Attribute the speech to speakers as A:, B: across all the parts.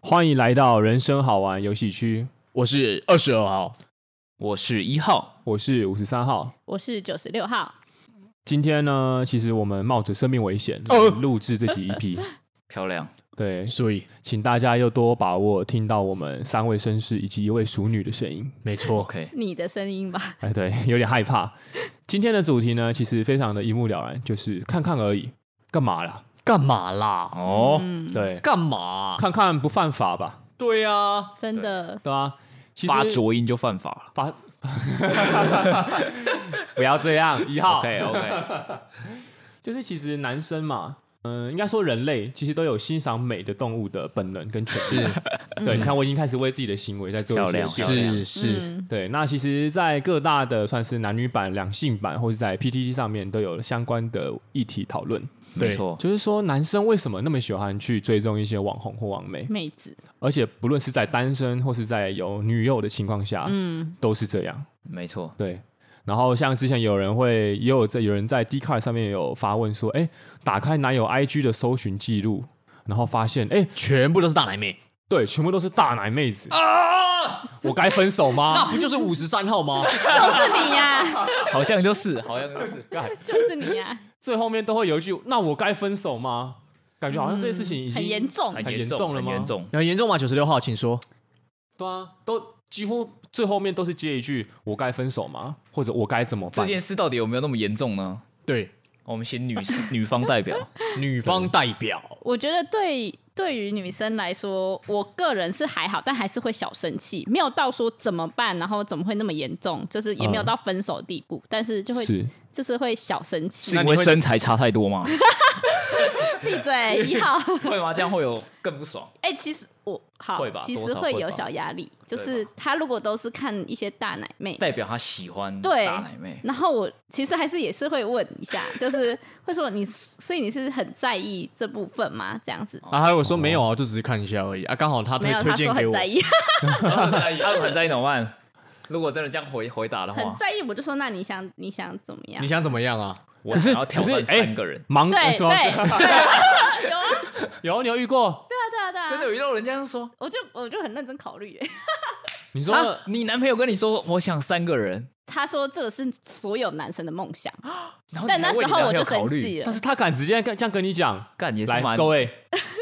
A: 欢迎来到人生好玩游戏区，
B: 我是二十二号，
C: 我是一号，
A: 我是五十三号。
D: 我是九十六号，
A: 今天呢，其实我们冒着生命危险
B: 哦
A: 录制这集 EP，
C: 漂亮，
A: 对，
B: 所以
A: 请大家要多把握听到我们三位绅士以及一位熟女的声音。
B: 没错
C: OK，
D: 你的声音吧？
A: 哎，对，有点害怕。今天的主题呢，其实非常的一目了然，就是看看而已，干嘛啦？
B: 干嘛啦？
C: 哦，
D: 嗯，
A: 对，
B: 干嘛？
A: 看看不犯法吧？
B: 对啊，
D: 真的，
A: 对啊，其实
C: 发浊音就犯法了。
A: 发，不要这样，一号。
C: OK OK，
A: 就是其实男生嘛，嗯、应该说人类其实都有欣赏美的动物的本能跟权利。 对，你看我已经开始为自己的行为在做一
C: 漂
A: 些
C: 亮
A: 事
C: 漂亮
B: 是是，
D: 嗯，
A: 对，那其实，在各大的算是男女版、两性版，或是在 PTT 上面都有相关的议题讨论。
C: 没错，
A: 就是说，男生为什么那么喜欢去追踪一些网红或网媒？
D: 妹子，
A: 而且不论是在单身或是在有女友的情况下，
D: 嗯，
A: 都是这样。
C: 没错，
A: 对。然后像之前有人会也有在有人在 d c a r 上面有发问说，哎，打开男友 IG 的搜寻记录，然后发现，哎，
B: 全部都是大奶妹
A: 对，全部都是大奶妹子，
B: 啊！
A: 我该分手
B: 那
A: 吗？
B: 不就是五十三号 吗？
D: 就是你呀，
C: 好像就是，好像就是，
D: 就是你呀，
A: 最后面都会有一句，那我该分手吗？感觉好像这件事情已经
D: 很严重，
A: 很严
C: 严
A: 重了
C: 很
A: 吗
C: 严重，
B: 很严重吗？九十六号，请说。
A: 对啊，都几乎最后面都是接一句“我该分手吗”或者“我该怎么
C: 这
A: 办
C: 件事到底有没有那么严重呢？
B: 对，
C: 我们请女 士女方代表，
B: 女方代表
D: 我觉得对对于女生来说，我个人是还好，但还是会小生气，没有到说怎么办，然后怎么会那么严重，就是也没有
A: 嗯
D: 到分手地步，但是就”？会
A: 是
D: 就是会小生气
C: 是。因为身材差太多吗？
D: 闭嘴，一号。
C: 会吗？这样会有更不爽。
D: 哎、其实我好，
C: 会吧
D: 其
C: 多
D: 实
C: 少
D: 会
C: 会
D: 有
C: 吧
D: 小压力，就
C: 对
D: 是
C: 吧
D: 他如果都是看一些大奶妹，
C: 代表她喜欢
D: 对
C: 大奶 妹，
D: 然后我其实还是也是会问一下，就是会说你，所以你是很在意这部分吗？这样子。
B: 啊，还有说没有啊，就只是看一下而已啊。刚好他
D: 没
B: 推
D: 有，
B: 推
D: 他
B: 荐
D: 说
B: 给
D: 很
B: 我
D: 在，意，
C: 哦 她很在意怎么办？如果真的这样回回答的
D: 很
C: 话，
D: 在意。我就说，那你想你想怎么样
B: 你？想怎么样啊？
C: 我
A: 可是
C: 想要挑
A: 可
C: 战
A: 是哎
C: 三个人。
A: 忙
D: 对
A: 什么？
D: 对对啊，有啊，
A: 有你有遇过？
D: 对啊，对啊，对啊，
C: 哎真的，有遇到人家说，
D: 我就我就很认真考虑耶。
A: 你说
C: 啊，你男朋友跟你说我想三个人，
D: 他说这个是所有男生的梦想，
C: 然后
D: 但
C: 你
D: 那
C: 还为
D: 时
C: 你
D: 候
C: 男
D: 我
C: 朋友
D: 就
C: 考
D: 生
C: 虑
D: 气
A: 但
D: 了
A: 是。他敢直接跟这样跟你讲，
C: 干也是
A: 来
C: 蛮
A: 各位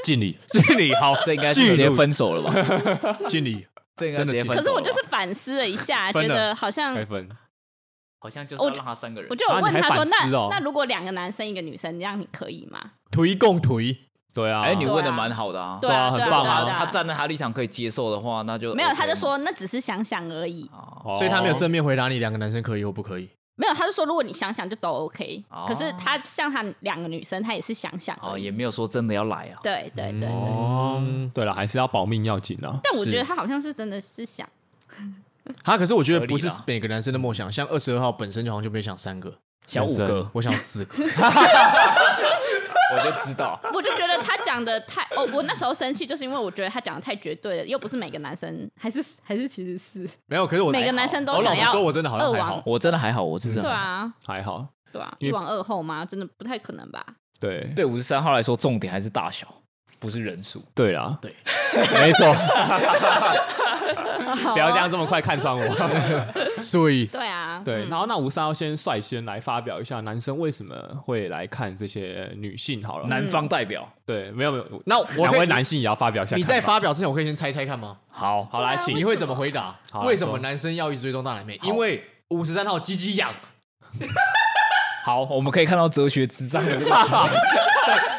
A: 敬礼，
C: 这里 好，这应该是直接分手了吧？
B: 经理
C: 这应该直接分手了吧。
D: 可是我就是反思了一下，
B: 分
D: 觉
B: 了
D: 得好像
A: 该分。
C: 好像就是要让他三个人
D: 我，就有
A: 啊你
D: 问
A: 还
D: 他说：“
A: 反思
D: 那
A: 哦
D: 那如果两个男生一个女生，这样你可以吗
B: 推共推，
A: 对啊，
C: 哎，你
D: 对
C: 问的
D: 啊
C: 蛮好的啊？”，
D: 对啊，
A: 很
D: 对
A: 棒
D: 对
A: 啊
D: 对
C: 他站在他立场可以接受的话，那就
D: 没有，他
C: OK
D: 就
C: 嘛
D: 说那只是想想而已，
C: 哦
A: 哦
B: 所以他没有正面回答你两个男生可以或不可以。
D: 没有，他就说如果你想想就都 OK，、
C: 哦
D: 可是他像他两个女生，他也是想想
C: 哦，
D: 而已，
C: 也没有说真的要来啊。
D: 对对对对。
A: 哦，对了，还是要保命要紧啊。
D: 但我觉得
B: 是
D: 他好像是真的是想，
B: 他可是我觉得
C: 合理
B: 不是
C: 啦
B: 每个男生的梦想，像二十二号本身就好像就没有想三个，
C: 小五
A: 认真
C: 个，
B: 我想四个。
C: 我就知道，
D: 我就觉得他讲的太哦，我那时候生气就是因为我觉得他讲的太绝对了，又不是每个男生，还是还是其实是
B: 没有，可是我哎
D: 每个男生都
B: 我老
D: 想
B: 实
D: 要
B: 说，我真的好像
D: 二
B: 还
D: 王
B: 好。
C: 我真的还好，我是这
D: 对
C: 样。
D: 啊
A: 还好，
D: 对啊，
A: 因为
D: 一王二后吗？真的不太可能吧？
A: 对
C: 对五十三号来说，重点还是大小，不是人数。
A: 对啦，
B: 对，
A: 没错。不要这样这么快看穿我。
B: 所以
D: 对啊，
A: 对，
D: 嗯
A: 然后那吴三要先率先来发表一下，男生为什么会来看这些女性？好了，
C: 男方代表，
A: 对，没有没有，
B: 那
A: 两
B: 我可
A: 位
B: 以
A: 男性也要发表一下看
B: 你
A: 法。
B: 在发表之前，我可以先猜猜看吗？
C: 好，
A: 好来，
D: 对啊
A: 请
D: 为
B: 你
D: 什
B: 会怎么回答？
A: 好啊
B: 为什么
A: 来说
B: 男生要一直追踪大奶妹？因为五十三号鸡鸡痒，
C: 好，我们可以看到哲学智 障的这个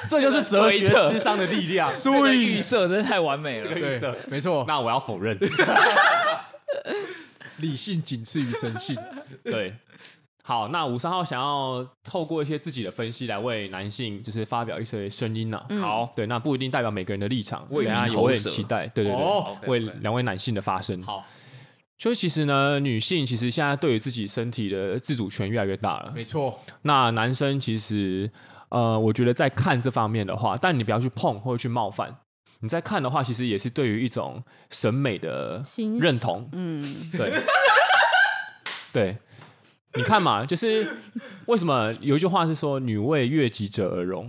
A: 这就是哲学智商的力量。
C: 这个预设，真的太完美了。
A: 绿
B: 对
A: 色，
B: 没错，
A: 那我要否认，
B: 理性仅次于神性。
A: 对。好，那五三号想要透过一些自己的分析来为男性就是发表一些声音呐、
D: 嗯
A: 好，对，那不一定代表每个人的立场，
C: 为
A: 大家
C: 民
A: 也
C: 喉
A: 会
C: 舌
A: 期待，对对对，
B: 哦
C: ，OK，OK
A: 为两位男性的发声。
B: 好，
A: 就其实呢，女性其实现在对于自己身体的自主权越来越大了。
B: 没错，
A: 那男生其实，呃，我觉得在看这方面的话，但你不要去碰或者去冒犯。你在看的话，其实也是对于一种审美的
D: 欣
A: 认同，
D: 嗯，
A: 对，对，你看嘛，就是为什么有一句话是说“女为悦己者而容”，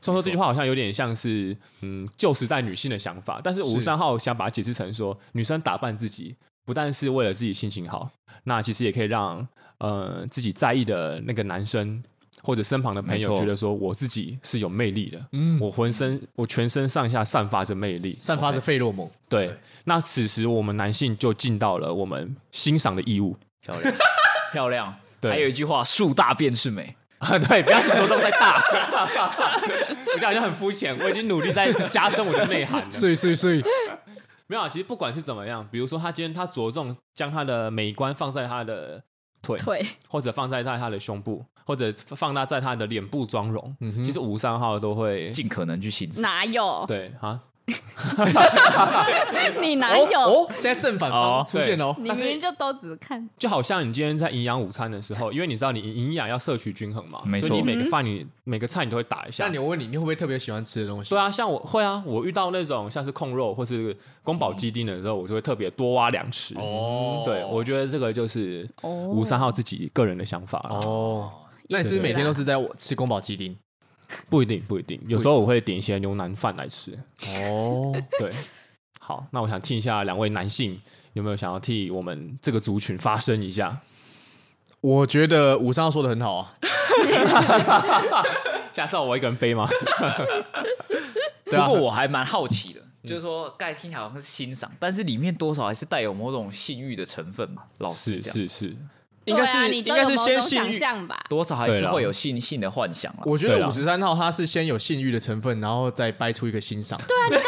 A: 虽然说这句话好像有点像是嗯旧时代女性的想法，但是五十三号想把它解释成说，女生打扮自己不但是为了自己心情好，那其实也可以让呃自己在意的那个男生或者身旁的朋友
C: 没错
A: 觉得说，我自己是有魅力的，我浑身我全身上下散发着魅力，
B: 散发着费洛蒙，
A: 对，那此时我们男性就尽到了我们欣赏的义务。
C: 漂亮，漂亮。
A: 对
C: 还有一句话，树大便是美。
A: 对，不要着重在大，我这样好像很肤浅。我已经努力在加深我的内涵 了。
B: 碎碎碎，
A: 没有啊，其实不管是怎么样，比如说他今天他着重将他的美观放在他的腿，
D: 腿
A: 或者放在在他的胸部，或者放大在他的脸部妆容，
C: 嗯
A: 其实五三号都会
C: 尽可能去欣赏。
D: 哪有？
A: 对啊，
D: 你哪
B: 哦
D: 有？
B: 哦，现在正反
C: 哦
B: 方出现哦，
D: 你
A: 但
D: 明
A: 是
D: 明就都只看
A: 就好像你今天在营养午餐的时候，因为你知道你营养要摄取均衡嘛，
C: 没
A: 所以你
C: 错
A: 每个饭你、每个菜你都会打一下
B: 那。你我问你，你会不会特别喜欢吃的东西？
A: 对啊，像我会啊，我遇到那种像是控肉或是宫保鸡丁的时候，我就会特别多挖两匙。
C: 哦
A: 对，我觉得这个就是
D: 哦
A: 吴三号自己个人的想法啦
B: 哦，那你是不是每天都是在吃宫保鸡丁？
A: 不一定不一定，有时候我会点一些牛腩饭来吃。
B: 哦，
A: 对，好，那我想听一下两位男性有没有想要替我们这个族群发声一下？
B: 我觉得五三号说的很好啊，
A: 下次要我一个人 背吗？
B: 对啊
C: 不过我还蛮好奇的，
A: 嗯
C: 就是说盖听起来好像是欣赏，但是里面多少还是带有某种性欲的成分吧。老实
A: 是
C: 讲，
A: 是是，
D: 对
C: 应该是、
D: 啊、你
C: 应
D: 都
C: 该
D: 有
C: 是
D: 某
C: 先
D: 种
C: 性
D: 想
C: 欲，
D: 象吧？
C: 多少还
A: 对
C: 是
A: 啦
C: 会有性性的幻想了。
B: 我觉
A: 对
B: 得
A: 啦
B: 五十三号他是先有性欲的成分，然后再掰出一个欣赏。
D: 对啊，你到底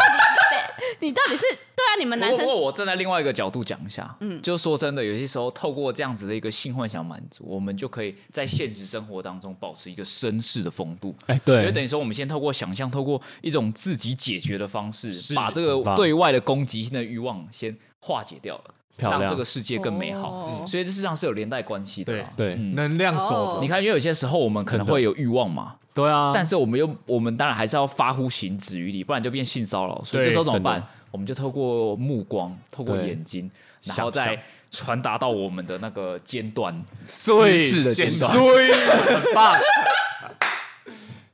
D: 对，你到底是对啊？你们男
C: 不
D: 生
C: 过我站在另外一个角度讲一下，嗯，就说真的，有些时候透过这样子的一个性幻想满足，我们就可以在现实生活当中保持一个绅士的风度。
A: 哎、
C: 就
A: 对，
C: 等于说，我们先透过想象，透过一种自己解决的方式，把这
A: 很
C: 个
A: 棒
C: 对外的攻击性的欲望先化解掉了，
A: 漂亮
C: 让这个世界更美好。
D: 哦
C: 所以这事实上是有连带关系的啦。
A: 对、
C: 嗯
B: 能量手
D: 哦
C: 你看，因为有些时候我们可能会有欲望嘛，
A: 对啊，
C: 但是我们又我们当然还是要发乎行止于理，不然就变性骚扰。所以
A: 对
C: 这时候怎么
A: 真
C: 办
A: 的？
C: 我们就透过目光，透过
A: 对
C: 眼睛，然
A: 想
C: 后再
A: 象
C: 传达到我们的那个尖端。
A: 碎
C: 知识的尖端
A: 碎，很棒，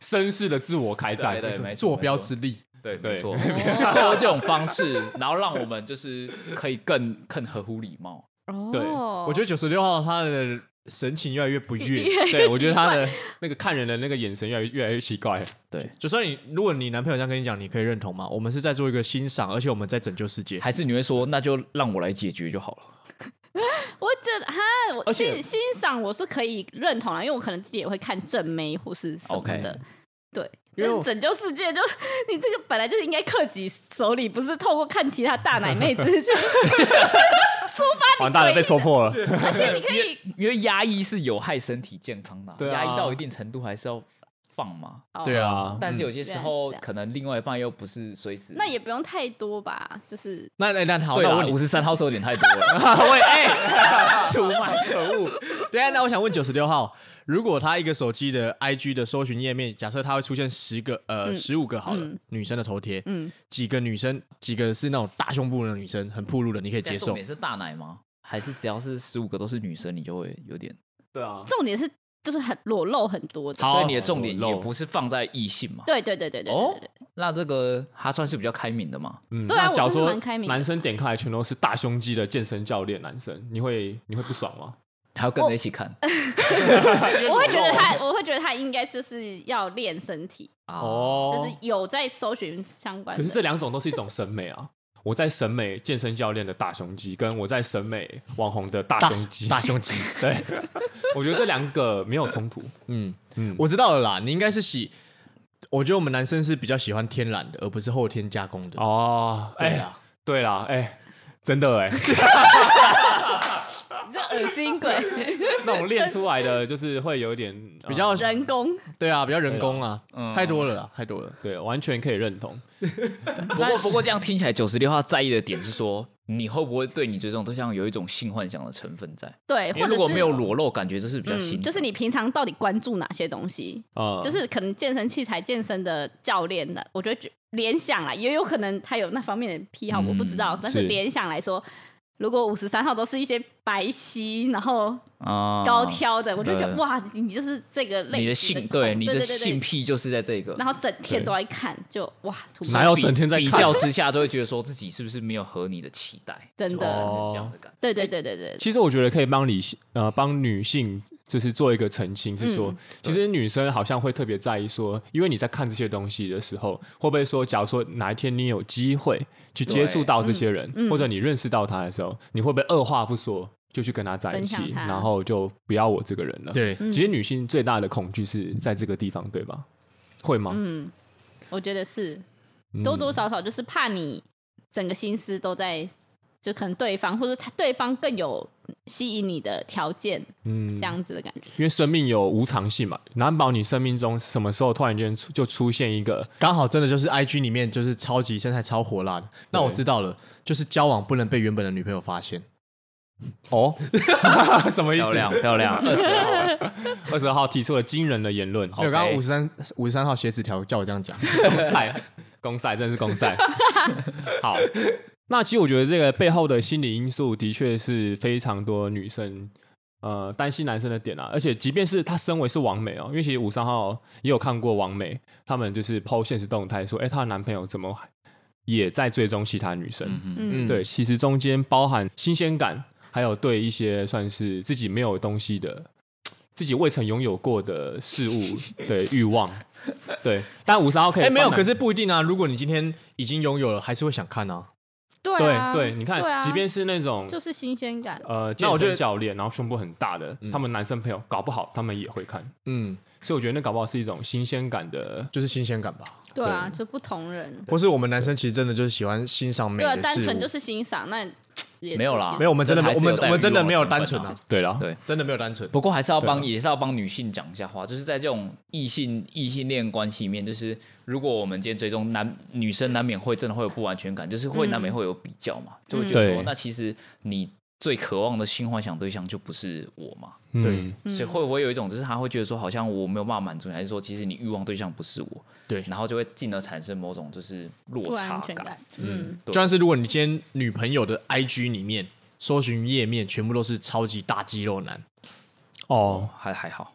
A: 绅士的自我开战，
C: 对对，没错
B: 坐标之力，
C: 对，
A: 对
C: 没 错，透过这种方式，然后让我们就是可以更更合乎礼貌。
D: 哦，
A: 对
B: 我觉得九十六号他的神情越来越不 悦。
A: 对，我觉得他的那个看人的那个眼神越来越越来 越奇怪。
C: 对，
B: 就算你，如果你男朋友这样跟你讲，你可以认同吗？我们是在做一个欣赏，而且我们在拯救世界。
C: 还是你会说，那就让我来解决就好了。
D: 我觉得哈，我
A: 而且
D: 欣欣赏我是可以认同啦，因为我可能自己也会看正妹或是什么
C: OK
D: 的。对，
A: 因为
D: 但
A: 我
D: 是拯救世界就你这个本来就是应该克己手里，不是透过看其他大奶妹子 去抒发
A: 完
D: 你
A: 蛋了，被
D: 对
A: 戳破了。
D: 而且你可
C: 因
D: 以
C: 为因为压抑是有害身体健康的啊、
A: 对啊
C: 压抑到一定程度还是要放嘛。
D: 哦
B: 对啊
A: 嗯，
C: 但是有些时候
D: 对啊
C: 可能另外一半又不是随时。
D: 那也不用太多吧，就是
B: 那那那好，
C: 对
B: 那
C: 啦，
B: 我
C: 我
B: 问你
C: 五， 十三号是有点太多了。
A: 喂，哎，
C: 出卖可恶！
B: 对啊，那我想问九十六号，如果他一个手机的 IG 的搜寻页面，假设他会出现十个呃
D: 嗯
B: 十五个好了、
D: 嗯
B: 女生的头贴，
D: 嗯，
B: 几个女生几个是那种大胸部的女生，很暴露的，你可以接
C: 接
B: 受
C: 重点是大奶吗？还是只要是十五个都是女生，你就会有点？
A: 对啊，
D: 重点是就是很裸露很多的。
B: 好
C: 所以你的重点
A: 裸
C: 也
A: 露
C: 不是放在异性嘛？
D: 对对对对对对
C: 哦
D: 对对，
C: 那这个他算是比较开明的嘛？
A: 嗯，
D: 对啊
A: 那假如
D: 我真的
A: 说
D: 蛮开明的
A: 男生点开来全都是大胸肌的健身教练男生，你会你会不爽 吗？
C: 还要跟着一起看
A: 哦
D: 我会觉得他，我会觉得他应该就是要练身体，
C: 哦，
D: 就
A: 哦
D: 是，有在搜寻相关
A: 可
D: 的。
A: 是这两种都是一种审美啊。我在审美健身教练的大胸肌，跟我在审美网红的大
B: 大
A: 胸肌，
B: 大胸肌，
A: 对，我觉得这两个没有冲 突。
B: 嗯
A: 嗯
B: 嗯， 我知道了啦，你应该是喜，我觉得我们男生是比较喜欢天然的，而不是后天加工的。
A: 哦，
D: 啊
B: 对啊
A: 哎，
B: 啦，
A: 对啦，哎，真的 哎，
D: 你这恶心 鬼，
A: 那种练出来的就是会有一点啊
B: 比
C: 哦
B: 较
D: 人工
B: 对啊，比较人工啊，
C: 嗯
B: 太多了啦，太多了。
A: 对，完全可以认同。
C: 啊不过不过这样听起来，九十六号在意的点是说，你会不会对你追踪对象有一种性幻想的成分在？
D: 对，
C: 因为
D: 或者
C: 如果
D: 是
C: 没有裸露，感觉这是比较新、
D: 嗯，就是你平常到底关注哪些东西？
C: 哦
A: 呃，
D: 就是可能健身器材、健身的教练的，我觉得觉联想啦，也有可能他有那方面的癖好，
C: 嗯
D: 我不知道。但是
A: 是
D: 联想来说，如果五十三号都是一些白皙，然后
C: 啊，
D: 高挑的，我就觉得
C: 对
D: 哇，你就是这个类
C: 你的
D: 型
C: 性
D: 控对
C: 你
D: 对
C: 的
D: 对对
C: 性癖就是在这个。
D: 然后整天都在看，就哇，土
A: 哪有
D: 包
A: 整天在
C: 比
A: 看
C: 较之下，就会觉得说自己是不是没有合你的期待，
D: 真的
C: 就产生这样的感觉。
D: 对对对对对，对
A: 其实我觉得可以帮理性呃帮女性就是做一个澄清，是说、
D: 嗯
A: 其实女生好像会特别在意说，因为你在看这些东西的时候，会不会说，假如说哪一天你有机会去接触到这些人，
D: 嗯
A: 或者你认识到他的时候，你会不会二话不说就去跟他在一
D: 分享嗯
A: 起，
D: 他
A: 然后就不要我这个人了？，
B: 对，
A: 其实女性最大的恐惧是在这个地方，对吧？会吗？
D: 我觉得是
A: 嗯
D: 嗯多多少少就是怕你整个心思都在，就可能对方或者他对方更有吸引你的条件，
A: 嗯
D: 这样子的感觉。
A: 因为生命有无常性嘛，难保你生命中什么时候突然间出就出现一个
B: 刚好真的就是 I G 里面就是超级身材超火辣的。那我知道了，就是交往不能被原本的女朋友发现。
A: 哦，什么意
C: 漂
A: 思？
C: 亮漂亮，二十号，啊
A: 二十号提出了惊人的言论，
B: 没有，
A: OK
B: 刚刚五十三五十三号写纸条叫我这样讲，
A: 公赛，公赛真的是公赛。好，那其实我觉得这个背后的心理因素的确是非常多女生呃担心男生的点啊，而且即便是她身为是王美哦，因为其实五三号也有看过王美，他们就是抛现实动态说，哎、她的男朋友怎么也在追踪其他女生？
D: 嗯，
A: 对，其实中间包含新鲜感，还有对一些算是自己没有东西的、自己未曾拥有过的事物的欲望。对，但五十号可以
B: 哎、
A: 帮
B: 没有，
A: 男
B: 可是不一定啊。如果你今天已经拥有了，还是会想看啊。
D: 对啊
A: 对对，你看，
D: 对啊
A: 即便是那种
D: 就是新鲜感，
A: 呃
B: 那
A: 健
B: 我觉
A: 身
B: 得
A: 教练，然后胸部很大的，他们男生朋友搞不好他们也会看，
B: 嗯，
A: 所以我觉得那搞不好是一种新鲜感的。
B: 就是新鲜感吧。
D: 对啊，就不同人，
B: 或是我们男生其实真的就是喜欢欣赏美
D: 对啊，
B: 的事物，
D: 单纯就是欣赏，那也是
C: 没有啦
B: 没有，我们真的没有，我
C: 这还
B: 们
C: 是有
B: 我们真的
C: 带
B: 没
C: 欲望
B: 有
C: 成分
B: 单纯啊
C: 啊，
A: 对了，
C: 对
B: 真的没有单纯。
C: 不过还是要帮，
A: 对啊
C: 也是要帮女性讲一下话，就是在这种异性异性恋关系里面，就是如果我们今天追踪男女生，难免会真的会有不完全感，就是会
D: 嗯
C: 难免会有比较嘛，就会觉
A: 嗯
C: 得
A: 对
C: 说，那其实你最渴望的性幻想对象就不是我嘛，
A: 对，
D: 嗯
C: 所以会不会有一种就是他会觉得说，好像我没有办法满足你，还是说其实你欲望对象不是我，
B: 对
C: 然后就会进而产生某种就是落
D: 不
C: 差
D: 安全感，嗯，
B: 就算是如果你今天女朋友的 IG 里面搜寻页面全部都是超级大肌肉 男，
A: 哦，
C: 还还好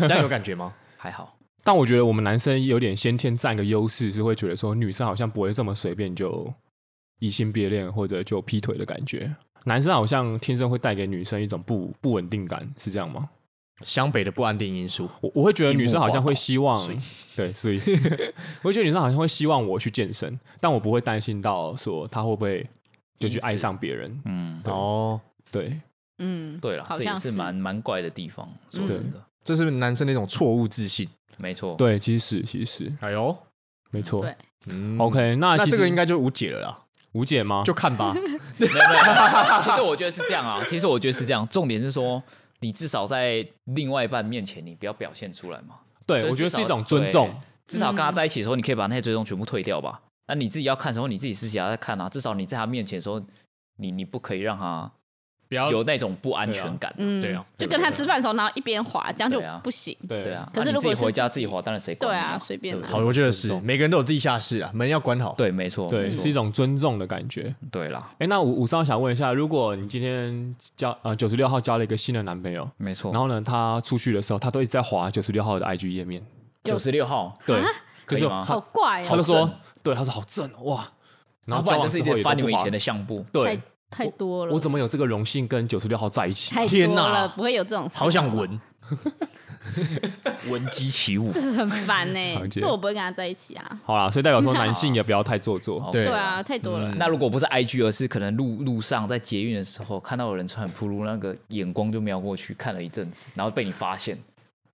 B: 这样有感觉吗？
C: 还好，
A: 但我觉得我们男生有点先天占个优势，是会觉得说女生好像不会这么随便就移情别恋或者就劈腿的感觉。男生好像天生会带给女生一种不不稳定感，是这样吗？
B: 湘北的不安定因素，
A: 我我会觉得女生好像会希望
B: 哦
C: 一幕化，
A: 对，所以 我会觉得女生好像会希望我去健身，但我不会担心到说她会不会就去爱上别人。
C: 嗯，
A: 对
B: 哦，
A: 对，
D: 嗯，
C: 对了，
D: 好
C: 这也
D: 像嗯
C: 是蛮蛮怪的地方，说真的，
B: 这是不是男生的一种错误自信？
C: 没错，
A: 对，其实其实
B: 哎呦，
A: 没错。
D: 对
B: 哦嗯
A: OK，那
B: 那
A: 其
B: 这个应
A: 实
B: 该就无解了啦，
A: 无解吗？
B: 就看吧。
C: 没有没有， 其实我觉得是这样啊，其实我觉得是这样，重点是说。你至少在另外一半面前，你不要表现出来嘛。
A: 对，
C: 就
A: 我觉得
C: 至
A: 是一
C: 少
A: 种尊
C: 对
A: 重。
C: 至少跟他在一起的时候，你可以把那些追踪全部退掉吧。那你自己要看什么，你自己私底下在看啊。至少你在他面前的时候，你你不可以让他
A: 啊
B: 不 要
C: 有那种不安全感。
D: 嗯，
B: 对啊
D: 就跟他吃饭的时候，然后一边滑，这样就
C: 对啊
D: 不行，
A: 对
C: 对啊，
D: 嗯可是
C: 啊你
D: 如果
C: 自己回
D: 是
C: 家自己滑，当然谁管
D: 对
C: 你
D: 啊随便啊
C: 对不对
B: 好，我觉得是，每个人都有地下室啊，门要关好。，
C: 对，没错，
A: 对，
C: 没错
A: 是一种尊重的感觉。
C: 对啦，
A: 哎，那五五三想问一下，如果你今天交呃九十六号交了一个新的男朋友，
C: 没错。
A: 然后呢，他出去的时候，他都一直在滑九十六号的 IG 页面，
C: 九十六号，
A: 对，
D: 啊
A: 就
C: 可以
A: 是
C: 吗
A: 他
D: 好怪
A: 他
D: 哦
A: 就，说
C: 正，啊
A: 对，他说好正哦哇，然后
C: 不
A: 交
C: 然就
A: 往
C: 是
A: 之
C: 一
A: 后
C: 直
A: 也
C: 翻
A: 都
C: 你
A: 不
C: 们以
A: 滑
C: 前的相簿。
A: 对
D: 太，太多了，
A: 我怎么有这个荣幸跟九十六号在一起？
D: 太
B: 天
D: 多
B: 哪
D: 了，不会有这种事，
B: 好想 闻。
C: 闻鸡起舞
D: 这，是很烦呢、
A: 好姐
D: 这我不会跟他在一起啊。
A: 好啦，所以代表说男性也不要太做作。
C: 好
B: 对
D: 对啊，太多了。
C: 那如果不是 IG，而是可能路路上在捷运的时候看到有人穿很暴露，那个眼光就瞄过去看了一阵子，然后被你发现，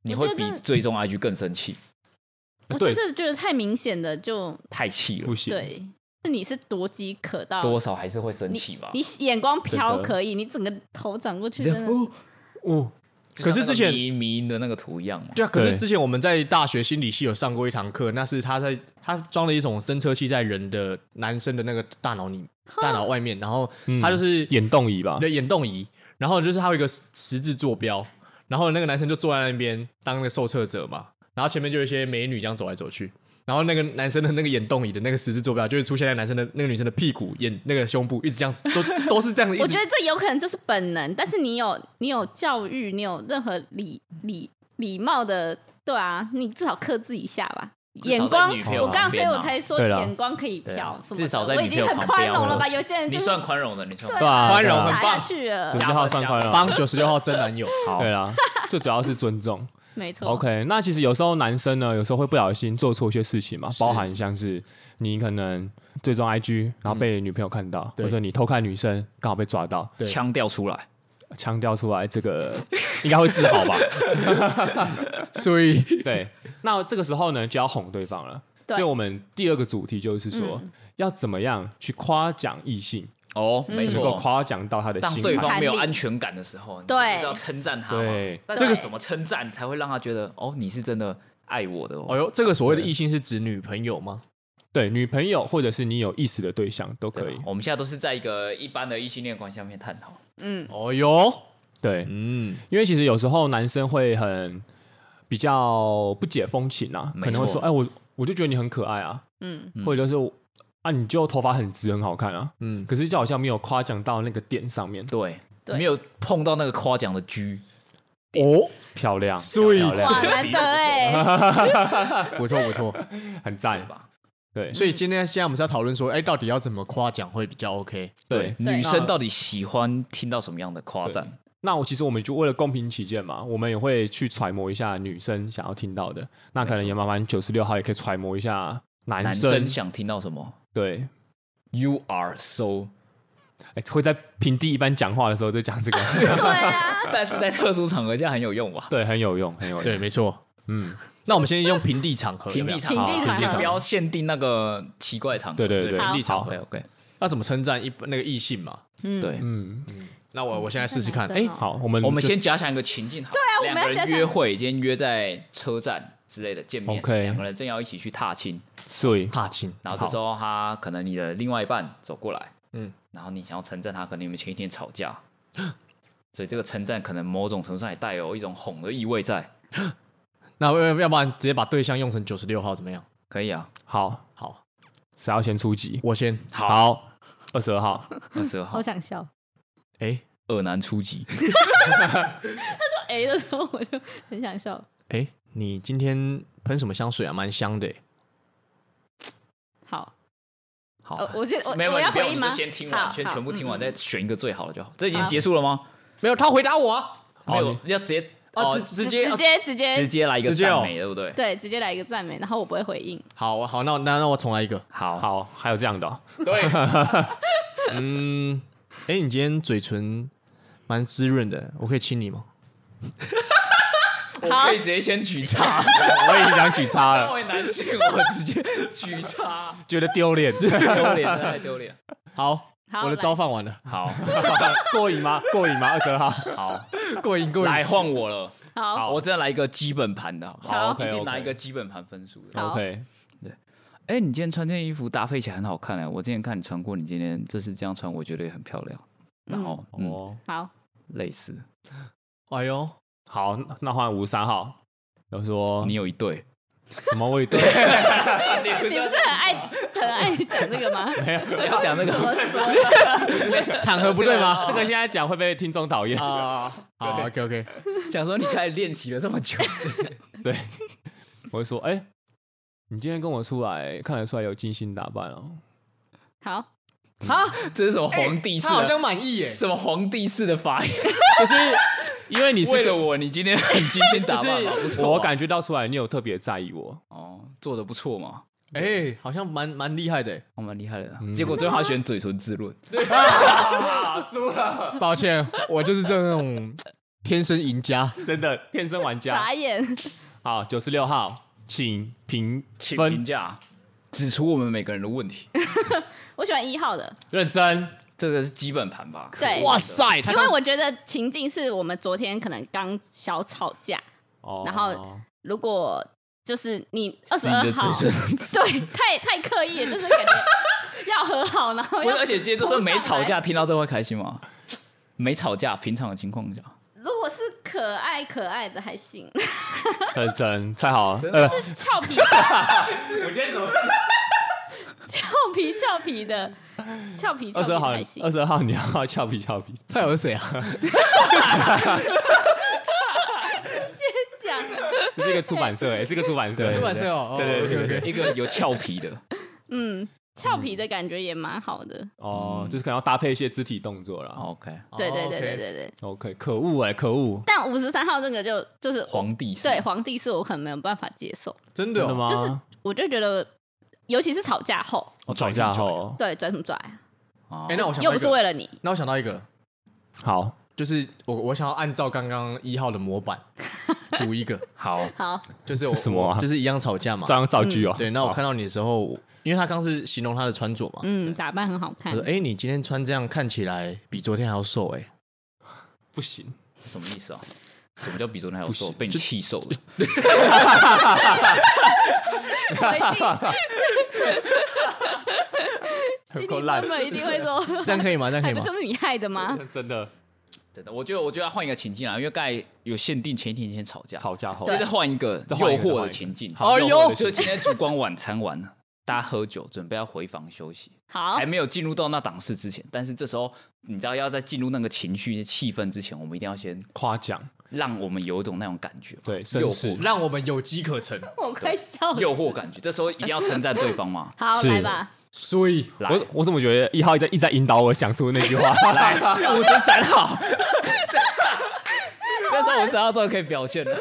C: 你会
D: 我觉
C: 比
D: 得这
C: 追踪 IG 更生气，
D: 我
A: 对
D: 真的觉得太明显的就
C: 太气了
A: 不，行，
D: 对，是你是多饥渴到
C: 多少还是会生气吧？
D: 你眼光
A: 真
D: 瞟
A: 的
D: 可以，你整个头转过去
C: 这
D: 真
C: 样
D: 的
A: 哦，
C: 就
B: 可
C: 像
B: 是
C: 那个
B: 之前
C: 迷迷因的那个图一样嘛，
B: 对啊，可
A: 对
B: 是之前我们在大学心理系有上过一堂课，那是他在他装了一种侦测器在人的男生的那个大脑里、大脑外面，然后他就是、
A: 眼动仪吧？
B: 对眼动仪，然后就是他有一个十十字坐标，然后那个男生就坐在那边当那个受测者嘛，然后前面就有一些美女这样走来走去，然后那个男生的那个眼动仪的那个十字坐标就会出现在男生的那个女生的屁股、眼那个胸部，一直这样子，都都是这样子。
D: 我觉得这有可能就是本能，但是你有你有教育，你有任何礼礼礼貌的，对啊，你至少克制一下吧。眼光，我刚，所以我才说
A: 对啦
D: 眼光可以瞟什么的。
C: 啊至少在
D: 我
C: 女
D: 已
C: 朋
D: 经
C: 友
D: 很
C: 旁
D: 宽
C: 边
D: 容了
C: 我
D: 吧？有些人
C: 你
D: 就是
C: 算宽容的，你算
D: 对
C: 宽
A: 对啊
B: 宽容
D: 打
B: 很
D: 下
B: 棒
D: 去了
A: 九十
C: 对，啊
A: 号算快了，
B: 帮九十六号真男友，
C: 好
A: 对啦，最主要是尊重。
D: 没错。
A: OK，那其实有时候男生呢，有时候会不小心做错一些事情嘛，包含像是你可能追踪 IG，然后被女朋友看到，
B: 对
A: 或者你偷看女生，刚好被抓到，
B: 对
C: 腔调出来，
A: 强调出来，这个应该会自豪吧？
B: 所以
A: 对，那这个时候呢，就要哄对方了。
D: 对
A: 所以我们第二个主题就是说，要怎么样去夸奖异性，
C: 哦，
D: 嗯
C: 没
A: 能够
C: 错。
A: 夸奖到他的
C: 当
A: 心
C: 对
A: 坎。
C: 方没有安全感的时候，你
D: 对
C: 就是要称赞他嘛。
A: 对
C: 但
D: 这
C: 这
D: 个
C: 个怎么称赞才会让他觉得哦，你是真的爱我的
B: 哦
C: 哦？
B: 哟，这个所谓的异性是指女朋友吗？
A: 对女朋友或者是你有意思的对象都可
C: 对啊
A: 以
C: 吧。我们现在都是在一个一般的异性恋关系上面探讨。
B: 哦哟，
A: 对，
B: 嗯，
A: 因为其实有时候男生会很比较不解风情啊，
C: 没错
A: 可能会说：“哎，我我就觉得你很可爱啊。”
D: 嗯，
A: 或者就是啊，你就头发很直，很好看啊。
B: 嗯
A: 嗯，可是就好像没有夸奖到那个点上面，
C: 对，
D: 对
C: 没有碰到那个夸奖的狙，
B: 哦，
A: 漂亮，
B: 所以
A: 漂亮，
D: 哇， 难得哎，
B: 不错不错。
A: 很
C: 对
A: 赞。
C: 吧？
A: 对
B: 所以今天现在我们是要讨论说，哎，到底要怎么夸奖会比较 OK？
A: 对，
D: 对
C: 女生到底喜欢听到什么样的夸赞？
A: 那我其实我们就为了公平起见嘛，我们也会去揣摩一下女生想要听到的。那可能也麻烦九十六号也可以揣摩一下男
C: 男
A: 生。
C: 生想听到什么
A: 对，
C: ？You are so，
A: 哎，会在平地一般讲话的时候就讲这个，
D: 对啊，
C: 但是在特殊场合这样很有用 吧？
A: 对，很有用，很有用。
B: 对，没错。
A: 嗯，
B: 那我们先用平地场合，
C: 平地
B: 场
C: 场
D: 平地
C: 合，
D: 场
C: 先
D: 合
C: 不要限定那个奇怪场合。
A: 对对对，
D: 好
B: 平地场合
C: OK OK，
B: 要怎么称赞一那个异性嘛？
D: 嗯，
C: 对。
A: 嗯，
B: 那我我现在试试看，
D: 怎么
B: 哎
D: 称赞，
A: 好，我们
C: 啊我们
A: 就
C: 先假想一个情境好了，对
D: 啊我
C: 两
D: 们要
C: 个
D: 假
C: 人
D: 想
C: 约会，今天约在车站之类的见面
A: OK
C: 两个人正要一起去踏青，
A: 睡，
B: 踏青，
C: 然后这时候他可能你的另外一半走过来，
B: 嗯
C: 嗯，然后你想要称赞他，可能你们前一天吵架， 所以这个称赞可能某种程度上也带有一种哄的意味在，
B: 那要要不然直接把对象用成九十六号怎么样？
C: 可以啊，
A: 好，
B: 好，
A: 谁要先出击？
B: 我先。
A: 好，二十二号，
C: 二十二号
D: 好，想笑。
B: 哎
C: 恶男初级，
D: 说 A 的哎时候，我就很想笑。
B: 哎，你今天喷什么香水啊？蛮香的。哎
D: 好，
C: 好
D: 呃，我先我
C: 没有
D: 我
C: 没
D: 要
C: 有，你不用
D: 回应
C: 你
D: 吗
C: 就先听
D: 好
C: 完，先
D: 好
C: 全部听完
D: 嗯
C: 再选一个最好的就好。这已经
D: 好
C: 结束了吗？
B: 没有，他回答我啊。
C: 没
A: 哦
C: 有，要直接
B: 哦
C: 哦，
B: 直直接
D: 直接直
C: 直
D: 接
C: 接来一个
B: 直接哦
C: 赞美，对不对？
D: 对，直接来一个赞美，然后我不会回应。
B: 好好，那那那我重来一个。
C: 好，
A: 好，还有这样的哦，
B: 对，嗯，哎，你今天嘴唇蛮滋润的，我可以亲你吗？
C: 我
D: 好
C: 可以直接先举 叉，
A: 我已经想举叉
C: 稍
A: 了，
C: 微男性我直接举叉，
A: 觉得丢脸，
C: 丢脸，太丢脸。
B: 好，
D: 好
B: 我的
D: 来
B: 招放完了，
C: 好
A: 过瘾吗？过瘾吗？二十二号，
C: 好，
B: 过瘾过瘾。
C: 来换我了。
D: 好，
C: 我再来一个基本盘的，好不
D: 好
C: 好
A: ，OK，
C: 一定
A: OK
C: 拿一个基本盘分数的。
D: 好
A: OK，
C: 哎，你今天穿这件衣服搭配起来很好看哎，我之前看你穿过，你今天这次这样穿，我觉得也很漂亮。然后，嗯，
A: 哦，
D: 好，
C: 类似，
B: 哎呦，
A: 好，那换五十三号，有说
C: 你有一 对，
A: 什么 味道？
D: 你不是很爱很爱讲这个 吗？
C: 不要讲那
D: 怎么
C: 个
D: 说？
B: 场合不 对 吗？
A: 这个现在讲会被听众讨厌。
C: 啊，
B: 好，OK OK，
C: 想说你开始练习了这么 久，
A: 我会说，哎，你今天跟我出来，看得出来有精心打扮 哦。
D: 好，
B: 啊，
A: 嗯
C: 这是什么皇帝式
B: 他好
C: 的？
B: 像满意耶，
C: 什么皇帝式的发 言？
A: 就是因为你是
C: 为了 我，你今天很精心打扮，好不
A: 就是
C: 错啊
A: 我感觉到出来，你有特别在意我。
C: 哦，做的不错嘛，
B: 哎，好像蛮蛮厉害的耶。
C: 我蛮厉害的。啊结果最后他选嘴唇自论，
B: 抱歉， 我就是这种天生赢 家。
A: 真的天生玩家
D: 傻。眼。
A: 好，九十六号，请评
C: 请评
A: 分
C: 价，指出我们每个人的问题，
D: 我喜欢一号的，
A: 认真。
C: 这个是基本盘吧？
D: 对
B: 哇塞，他
D: 因为我觉得情境是我们昨天可能刚小吵架，
A: 哦
D: 然后如果就是你二
C: 自
D: 十
C: 己
D: 二
C: 的
D: 号，
C: 指唇，
D: 对，太太刻意了，就是感觉要和好，然后
C: 不是，
D: 要
C: 而且接着说没吵架，听到这会开心吗？没吵架，平常的情况下，
D: 如果是可可爱可爱的还行，
A: 很真，太好了。呃，
D: 是俏皮
A: 我今天怎么
D: 俏皮俏皮的俏皮俏
A: 二十
D: 皮
A: 二号
D: 还？行
A: 二。十二号你要 俏皮俏皮，
B: 蔡友谁啊？
D: 讲
A: 这是一个出版社，哎，是一个出版社，
B: 出版社哦，
A: 对对对对对
C: 一个有俏皮 的，
D: 嗯，俏皮的感觉也蛮好的。
A: 哦，就是可能要搭配一些肢体动作啦。
C: OK，
D: 对对对对对对。
A: OK，可恶哎，可恶，
D: 但五十三号这个就就是
C: 皇帝是
D: 对皇帝是我很没有办法接受，
B: 真的
A: 真的
B: 哦？
A: 吗？
D: 就是我就觉得，尤其是吵架后，
A: 哦吵架后，
D: 对拽什么拽啊，
C: 哦
B: 哎，那我想
D: 又
B: 到
D: 不
B: 一
D: 是
B: 个，
D: 为了你，
B: 那我想到一个了，
A: 好，
B: 就是我我想要按照刚刚一号的模板 组一个，
C: 好
D: 好，
B: 就是我
A: 是什么啊
B: 我就是一样吵架嘛
A: 这。样造句哦。
B: 嗯对，那我
A: 好
B: 看到你的时候，我因为他刚是形容他的穿着嘛，
D: 嗯，打扮很好看
B: 我 说：“，哎，你今天穿这样看起来比昨天还要瘦哎。
A: 不行，
C: 是什么意思啊？什么叫比昨天还要
A: 不
C: 瘦？
A: 行
C: 被你气瘦了？
D: 心
A: 够
D: 里
A: 烂
D: 根本一定会说，”
B: 这样可以吗？这样可
D: 还
B: 以
D: 不
B: 吗？
D: 就是你害的吗？
A: 真的
C: 真的，我觉得我觉得要换一个情境啊，因为刚才有限定前一天先吵架，
A: 吵架后
C: 所以再换一个
A: 再
C: 诱
A: 换一个
C: 惑的情境。哎
A: 好诱惑的
C: 就
A: 情
C: 是今天烛光晚餐完了，大家喝酒，准备要回房休息，
D: 好
C: 还，没有进入到那档事之前，但是这时候你知道要在进入那个情绪气氛之前，我们一定要先
A: 夸奖，
C: 让我们有一种那种感觉，
A: 对，
C: 诱
A: 绅士
C: 惑。
B: 哦让我们有机可乘。
D: 我快笑
C: 诱
D: 了。。
C: 惑感觉，这时候一定要称赞对方嘛
D: 好，
A: 是
D: 来吧，
B: 所以
C: 来，
A: 我我怎么觉得一号一直在一直在引导我想出那句话？
C: 来，五十 三号，这时候五十号终于可以表现了，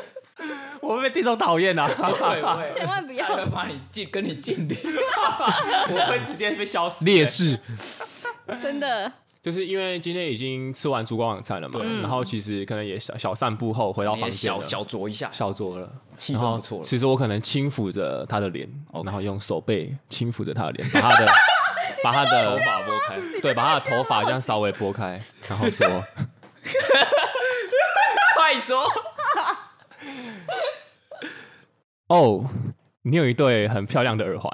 A: 我会被地中讨厌啊！
C: 会会
D: 千万不要
C: 他会把你敬跟你敬礼，
A: 我会直接被消失
B: 劣势
D: 真的，
A: 就是因为今天已经吃完烛光晚餐了嘛，然后其实可能也小小散步后回到
C: 嗯你也
A: 房间
C: 小
A: 了，
C: 小酌一下，
A: 小酌了，
C: 气
A: 然
C: 氛
A: 后
C: 不错了。
A: 其实我可能轻抚着他的脸
C: OK
A: 然后用手背轻抚着他的脸，把他的 把他的头发拨开，对，把他的头发这样稍微拨开，然后说
C: 快说，：“
A: 哦，你有一对很漂亮的耳环。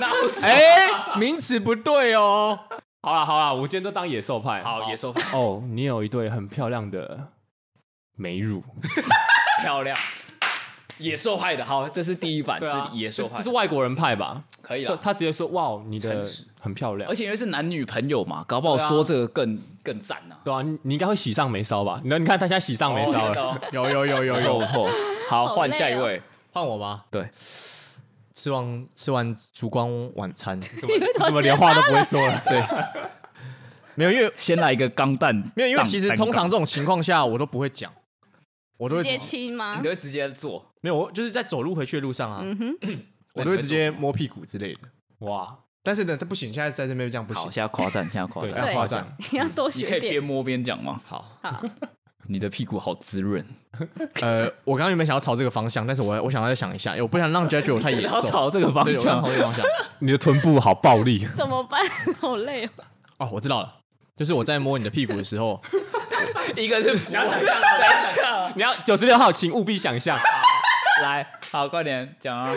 C: 闹
B: 哎，名词不对哦。”
A: 好啦好啦，我今天都当野兽派。
C: 好，野兽派
A: 哦，你有一对很漂亮的美乳。
C: 漂亮，野兽派的好，这是第一版，这是野兽
A: 啊这
C: 派
A: 是外国人派吧？
C: 可以
A: 就
C: 了。
A: 他直接说：“哇，你的
C: 诚实
A: 很漂亮
C: 而。且因为是男女朋友嘛，搞不好
A: 对啊
C: 说这个更更赞呐”。
A: 对啊，你你应该会喜上眉梢吧？你看你看他现在喜上眉梢了，
C: 了，
B: 有有有有
A: 不
B: 有
A: 错不，错。
C: 哦好，
D: 好
C: 换
D: 累
C: 下一
D: 哦
C: 位。
B: 换我吗？
C: 对，
B: 吃完吃完烛光晚餐，
A: 你怎么连话都不会说了？
B: 对，没有，因为
C: 先来一个钢蛋，
B: 没有，因为
C: 当
B: 其实通常这种情况下我都不会讲，我都
D: 直
B: 会
D: 接亲吗
C: 你都？会直接做，
B: 没有，我就是在走路回去的路上啊，
D: 嗯哼，
B: 我都会直接摸屁股之类的。
A: 哇，但
B: 但是呢，他不行，现在在这边这样不
C: 好，
B: 行，哎
C: 现在夸赞，现在夸
A: 对
C: 赞。
B: 要夸张。
D: 你要多
C: 你可
D: 学
C: 以边
D: 点。
C: 摸边讲吗？
B: 好，
D: 好，
C: 你的屁股好滋 润，
B: 呃，我刚刚原本想要朝这个方向，但是我我想要再想一下，因为我不想让 j a 觉得我太 野
C: 要
B: 兽。
C: 朝这个方
B: 对，我想
C: 向
B: 朝。这个方向。
A: 你的臀部好暴力，
D: 怎么办？好累哦。
B: 哦，我知道了，就是我在摸你的屁股的时候，
C: 一个是你要想象，等一下，
A: 你要九十六号，请务必想象。
C: 来，好，快点讲啊！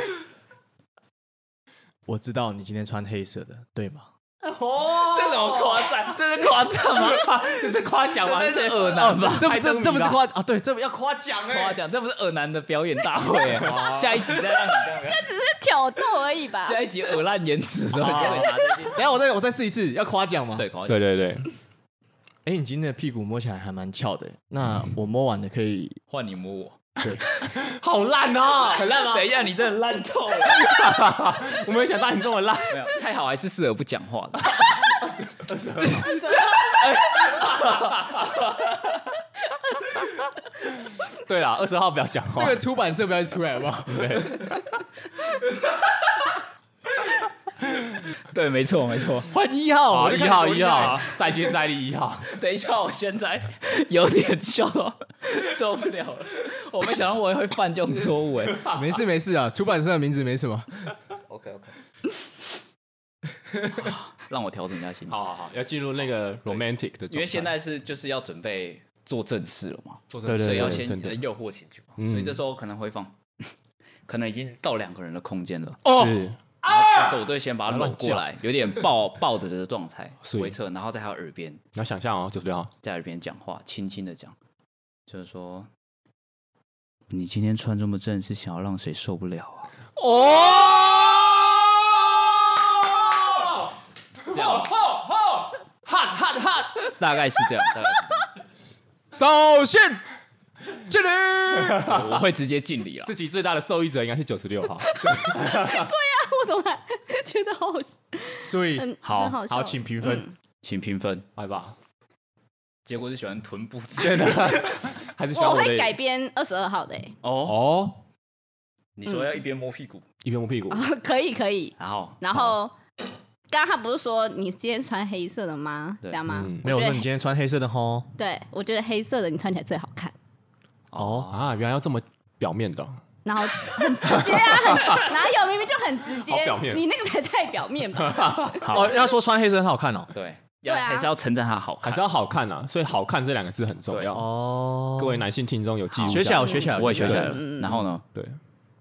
B: 我知道你今天穿黑色的，对吗？
C: 哎这怎么夸赞？这是夸赞吗？
A: 这是夸奖吗？
C: 这是
A: 恶
C: 恶男吧？
B: 哦这
A: 还
B: 这
A: 真
B: 这不
A: 迷
B: 是
A: 到
B: 夸啊？对，这不要夸奖
C: 夸
B: 哎。
C: 奖，这不是恶男的表演大会 欸。下一集再让你这样表演，
D: 挑逗而已吧。
C: 下一集恶烂言辞的时候，你再拿这件事
B: 等一下我再我再试一次，要夸奖吗？
C: 对，，夸奖
A: 对，对对，
B: 哎、你今天的屁股摸起来还蛮翘的，那我摸完的可以，
C: 换你摸我，
A: 好烂哦！
B: 很烂吗
C: 等一下，你真的烂透了。
A: 我没有想到你这么烂。
C: 没有，蔡好还是适合不讲话的。
A: 对啦，二十号不要讲
B: 这
A: 话。
B: 个出版社不要出来好不好？
C: 对，没错，没错。
B: 换一号
A: 好，
B: 我
A: 啊一
B: 就
A: 号
B: 看
A: 一号，再接再厉一号。
C: 等一下，我现在有点笑到受不了了。我没想到我也会犯这种错误哎。
B: 一号，没事没事啊，出版社的名字没什么。
C: OK OK，让我调整一下心情，
A: 好好好，要进入那个 romantic 的状态，
C: 因为现在是就是要准备做正事了嘛，
B: 对
A: 对
C: 所
A: 对
C: 以要
A: 对，
C: 先
A: 真的
C: 诱惑情绪嘛，所以这时候可能会放，可能已经到两个人的空间了。
A: 是
C: 但是我都先把他搂过来，有点抱抱着的状态
A: 是
C: 回撤，然后在他耳边，
A: 你要想象哦，九十六号，
C: 在耳边讲话，轻轻的讲，就是说，你今天穿这么正，是想要让谁受不了啊？
A: 哦，
C: 这样吧，
A: 汗汗汗！
C: 大概是这样，大概是
A: 首先，敬礼。
C: 这样，我会直接敬礼 了
A: 自。己最大的受益者应该是九十 六号。
D: 我怎么还觉得好好笑
B: 所以
D: 很
C: 好
D: 很好笑
B: 好，请评分。
D: 嗯
C: 请评分，
A: 来吧，
C: 结果是喜欢臀部之
A: 真的还是喜欢
D: 我
A: 我
D: 会
A: 的
D: 改编二十二号的欸，
C: 哦。
A: 哦，
C: 你说要一边摸屁股，
A: 一边摸屁股，
D: 可以可以。
C: 然后
D: 然后刚刚他不是说你今天穿黑色的吗？
C: 对
D: 这样吗？
A: 嗯
B: 没有，
D: 我
B: 那
D: 觉
B: 你
D: 得
B: 今天穿黑色的吼，
D: 对，我觉得黑色的你穿起来最好看。
A: 哦啊，原来要这么表面的哦，
D: 然后很直接啊， 很哪有明明就很直
A: 好
D: 接
A: 表，面
D: 你那个才太表面吧？
C: 好
B: 哦，，要说穿黑色很好看哦。
C: 对，
D: 对
C: 要
D: 啊
C: 还是要称赞他好
A: 还
C: 看
A: 是。要好看啊，所以“好看”这两个字很重要。
B: 哦，
A: 各位男性听众有记住
B: 学起来，我
A: 下，
B: 学起来，
C: 我也学起来
B: 了。
D: 嗯
C: 了。然后呢？
A: 对，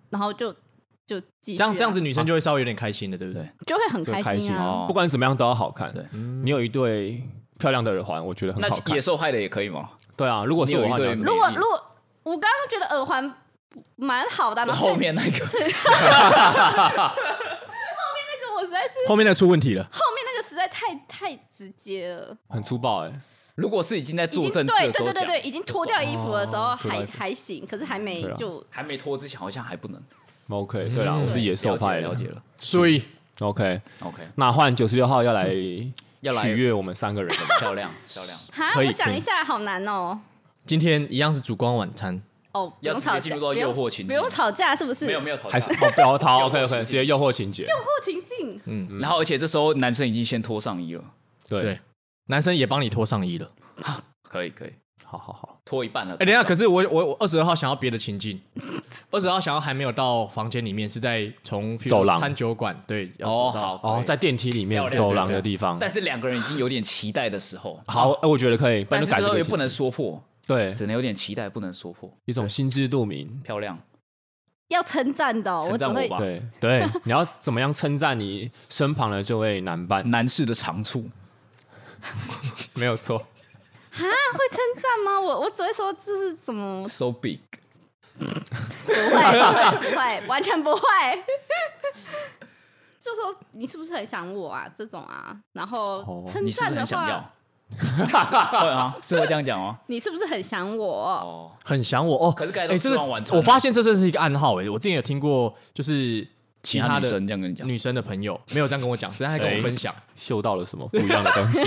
D: 然后就就继续啊
B: 这样这样子，女生就会稍微有点开心的，对不对
C: 对？
D: 就会很
A: 就开
D: 开
A: 心
D: 心啊。
C: 哦
A: 不管怎么样都要好看
C: 对。
A: 你有一对漂亮的耳环，我觉得很
C: 那
A: 好看
C: 野。兽害的也可以吗？
A: 对啊，如果是我的话，
C: 你有
A: 你
C: 一对
A: 要
D: 如果
C: 美丽
D: 如果我刚刚觉得耳环蛮好的，然后
C: 后面那个
D: 那个我实在是
B: 后面那个出问题了，
D: 后面那个实在太太直接了，
A: 很粗暴
C: 嗯
A: 哎，
C: 如果是已经在
D: 已经
C: 做
D: 对
C: 正事
D: 对
C: 的时候
D: 对对
C: 讲，哦
D: 对，已经脱掉衣服的时候
A: 脱掉衣
D: 还
A: 服
D: 还行，可是还没
A: 对啊
D: 就
C: 还没脱之前好像还不能。
A: OK，对啦，我是野兽
C: 嗯了解
A: 派的
C: 了解。了。
B: 所以
A: OK，
C: OK，
A: 那换九十六号要来
C: 嗯要来
A: 取悦我们三个人 的吧
C: 漂亮漂亮，
D: 哈，
B: 可以
D: 我想
B: 可以
D: 一下，好难哦。
B: 今天一样是烛光晚餐，
D: 哦，不
C: 要
D: 用
C: 直
D: 吵
C: 接
D: 架，
C: 进入到
D: 不用
C: 诱惑情
D: 不
C: 境
D: 用。吵架是不是？
C: 没有没有吵架，
A: 还是哦，表 涛 OK
C: 诱
A: OK，
C: 惑情
A: 直接诱惑情节，
D: 诱惑情境，
C: 然后而且这时候男生已经先脱上衣了，
A: 对
B: 对，男生也帮你脱上衣了。
C: 可以可以，
A: 好好好，
C: 脱一半了。
B: 哎，等一下，可是我我我二十二号想要别的情境，二十二号想要还没有到房间里面，是在从譬如
A: 走廊
B: 餐酒馆对要
C: 哦
B: 走到
C: 好
A: 哦，在电梯里面
C: 漂亮
A: 走廊的地方，
C: 但是两个人已经有点期待的时候，
A: 好，哎我觉得可以，不然
C: 但
A: 就是改
C: 这
A: 这
C: 时候
A: 个
C: 又
A: 情
C: 不能
A: 节
C: 说破，
A: 对
C: 只能有点期待，不能说破。
A: 一种心知肚明，
C: 漂亮，
D: 要称赞的哦，
C: 称
D: 我只
C: 赞我
D: 会
C: 吧，
A: 对对，你要怎么样称赞你身旁的这位男伴？
C: 男士的长处。
A: 没有错，
D: 哈会称赞吗？我我只会说这是什么，
C: So big，
D: 不会不会不会，完全不会。 就说你是不是很想我啊？这种啊，然后
A: 哦
D: 称
C: 你是不
D: 赞
C: 是
D: 的
C: 很想要
D: 话，？
C: 会啊，是会这样讲吗？
D: 你是不是很想我？
C: 哦，
B: 很想我哦。
C: 可是该都
B: 哎，这
C: 吃
B: 个
C: 完晚餐了
B: 我发现这真是一个暗号哎，我之前有听过，就是其
C: 其他
B: 他
C: 女
B: 的
C: 生这样跟你讲，
B: 女生的朋友没有这样跟我讲，是她跟我分享，
A: 嗅到了什么不一样的东 西？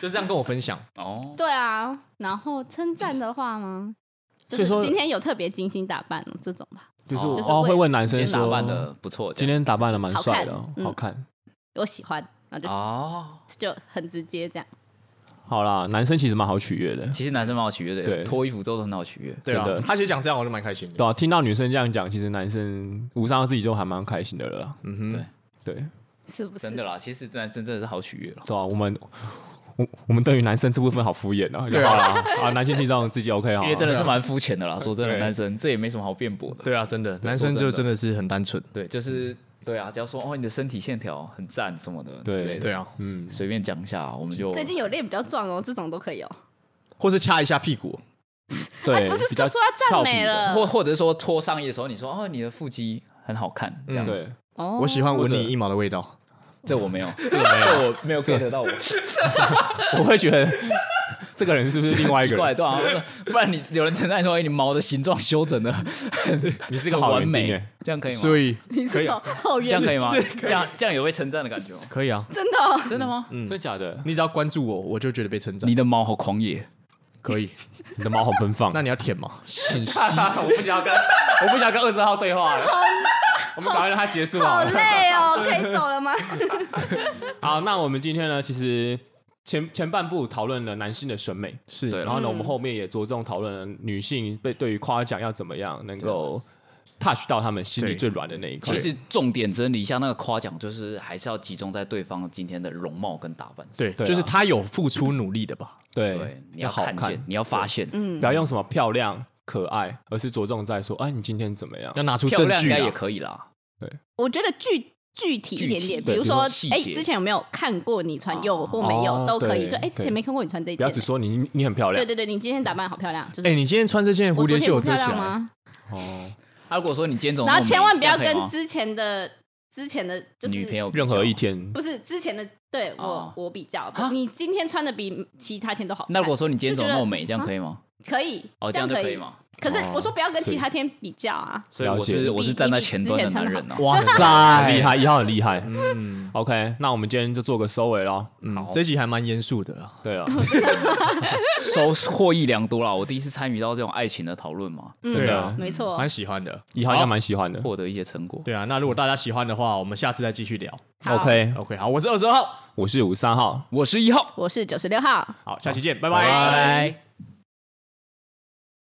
B: 就是这样跟我分享。
C: 哦，
D: 对啊，然后称赞的话吗？就
A: 所以
D: 是
A: 说
D: 今天有特别精心打扮哦，这种吧，
A: 就是
C: 哦
D: 就是
A: 哦，
D: 为
A: 会问男
C: 今
A: 生
C: 天
A: 说
C: 打扮的不错，这
A: 今
C: 样
A: 天打扮的蛮
D: 好
A: 帅
D: 看
A: 的哦，
D: 嗯
A: 好看。
D: 我喜欢，然后就、
C: 哦，
D: 就很直接这样。
A: 好啦，男生其实蛮好取悦的，
C: 其实男生蛮好取悦
A: 对
C: 的，脱衣服之后都很好取悦。
B: 对啊
A: 真的，
B: 他其实讲这样我就蛮开心的。
A: 对啊，听到女生这样讲，其实男生五三二自己就还蛮开心的了啦。
B: 嗯哼，
C: 对
A: 对，
D: 是不是？
C: 真的啦，其实男生真的是好取悦了。
A: 对啊，我们我我们对于男生这部分好敷衍啊，就好啦啊，男性听众自己 OK 啊哈，
C: 因为真的是蛮肤浅的啦，说真的，
B: 对
C: 男生这也没什么好辩驳的。
B: 对啊，真的，男
C: 说
B: 生
C: 真
B: 就
C: 的
B: 真的是很单纯。
C: 对，就是对啊，只要说哦，你的身体线条很赞什么的，
A: 对
C: 之类的
B: 对啊，
A: 嗯，
C: 随便讲一下，我们就
D: 最近有练比较壮哦，这种都可以哦。
B: 或是掐一下屁股，
A: 对，
D: 哎不是
A: 比较
D: 说说要赞美了
C: 或或者说脱上衣的时候，你说哦，你的腹肌很好看，这
A: 俏
C: 样
A: 皮的，对，
D: 哦，
B: 我喜欢闻
A: 或者
B: 你一毛的味道。
A: 哦
C: 这我 没有，这我没有 get 到我，
A: 我会觉得 这个人是不是另外一
C: 奇
A: 个
C: 怪，
A: 人？
C: 对啊，不然你有人称赞说，哎，你毛的形状修 整的
A: 你是一个
C: 很
A: 好
C: 完
A: 园丁
C: 美
A: 哎，，
C: 这样可以吗？
B: 所以
D: 你
B: 可以啊
D: 是好好
C: 这
D: 圆
C: 样可 以吗？这样这样有被称赞的感觉吗？
B: 可以啊，
D: 真的哦、
C: 真的吗？
A: 嗯真的假的？
B: 你只要关注我，我就觉得被称赞
C: 你。的毛好狂野，
B: 可以，
A: 你的毛好奔放，
B: 那你要舔吗？信息
A: 我不想要跟我不想要跟二十号对话了，我们赶快让他结束好
D: 好
A: 了。
D: 累哦，可以走了吗？
A: 好，那我们今天呢，其实前前半部讨论了男性的审美，
B: 是
A: 对，然后呢，我们后面也着重讨论了女性被对于夸奖要怎么样能够 touch 到他们心里
B: 对
A: 最软的那一块。
C: 其实重点整理一下那个夸奖，就是还是要集中在对方今天的容貌跟打扮上。
B: 对，
A: 对啊
B: 就是他有付出努力的吧？
A: 对
C: 对，，你要
A: 好嗯
C: 看见，你要发现，
D: 嗯
A: 不要用什么漂亮、可爱，啊
B: 嗯
A: 而是着重在说，哎，你今天怎么样
B: 要？拿出
C: 漂
B: 证
C: 亮应
B: 据
C: 该也
B: 啊！
C: 可以啦。
D: 我觉得具具体一点点，
C: 具体对
D: 如
C: 比
D: 说
C: 如说细，节
D: 哎，之前有没有看过你穿有或没有
A: 哦
D: 都可以，
A: 对
D: 就哎之
A: 对
D: 前没看过你穿这
A: 不要
D: 件
A: 只，说你你很漂亮
D: 对对对，你今天打扮好漂亮，就是
B: 哎、你今天穿这件
D: 我
B: 蝴
D: 昨
B: 蝶
D: 天
B: 袖
D: 不
B: 有
D: 漂
B: 遮起
D: 亮
B: 来，
D: 吗？
A: 哦，
C: 啊，如果说你今天怎么
D: 然
C: 那
D: 后
C: 么美，
D: 千万不要
C: 这样可以
D: 跟
C: 吗
D: 之前的之前的就是
C: 女朋友比较
A: 任何一。天
D: 不是之前的，对我、
C: 哦
D: 我比较
C: 哈，
D: 你今天穿的比其他天都好看。
C: 那如果说你今天
D: 就
C: 怎
D: 觉
C: 么
D: 得
C: 那么美，这样可以吗？
D: 可以，
C: 哦，这
D: 样
C: 样就
D: 可
C: 可以？吗？
D: 可是
A: 哦
D: 我说不要跟
A: 是
D: 其他天比较啊，
C: 所以我
A: 了解
C: 是我是
D: 比
C: 站在
D: 比
C: 前
D: 之
C: 端的
D: 前穿
C: 男
D: 得
C: 人哦、
B: 哇
A: 很
B: 塞，
A: 厉害，一号很厉害。
B: 嗯
A: OK，那我们今天就做个收尾咯。
B: 嗯，这集还蛮严肃的啊，
A: 对啊，
C: 收获益良多啦！我第一次参与到这种爱情的讨论嘛，
D: 嗯
A: 真
B: 对
A: 的
B: 啊
D: 没错
B: 蛮。喜欢的。
A: 一号应该蛮喜欢的。
C: 获得一些成果。
B: 对啊，那如果大家喜欢的话，我们下次再继续聊。
D: 好
A: OK，
B: OK，好，我是二十二号，
A: 我是五三号，
C: 我是一号，
D: 我是九十六号，
B: 好，下期见，
A: 拜
B: 拜
A: 拜。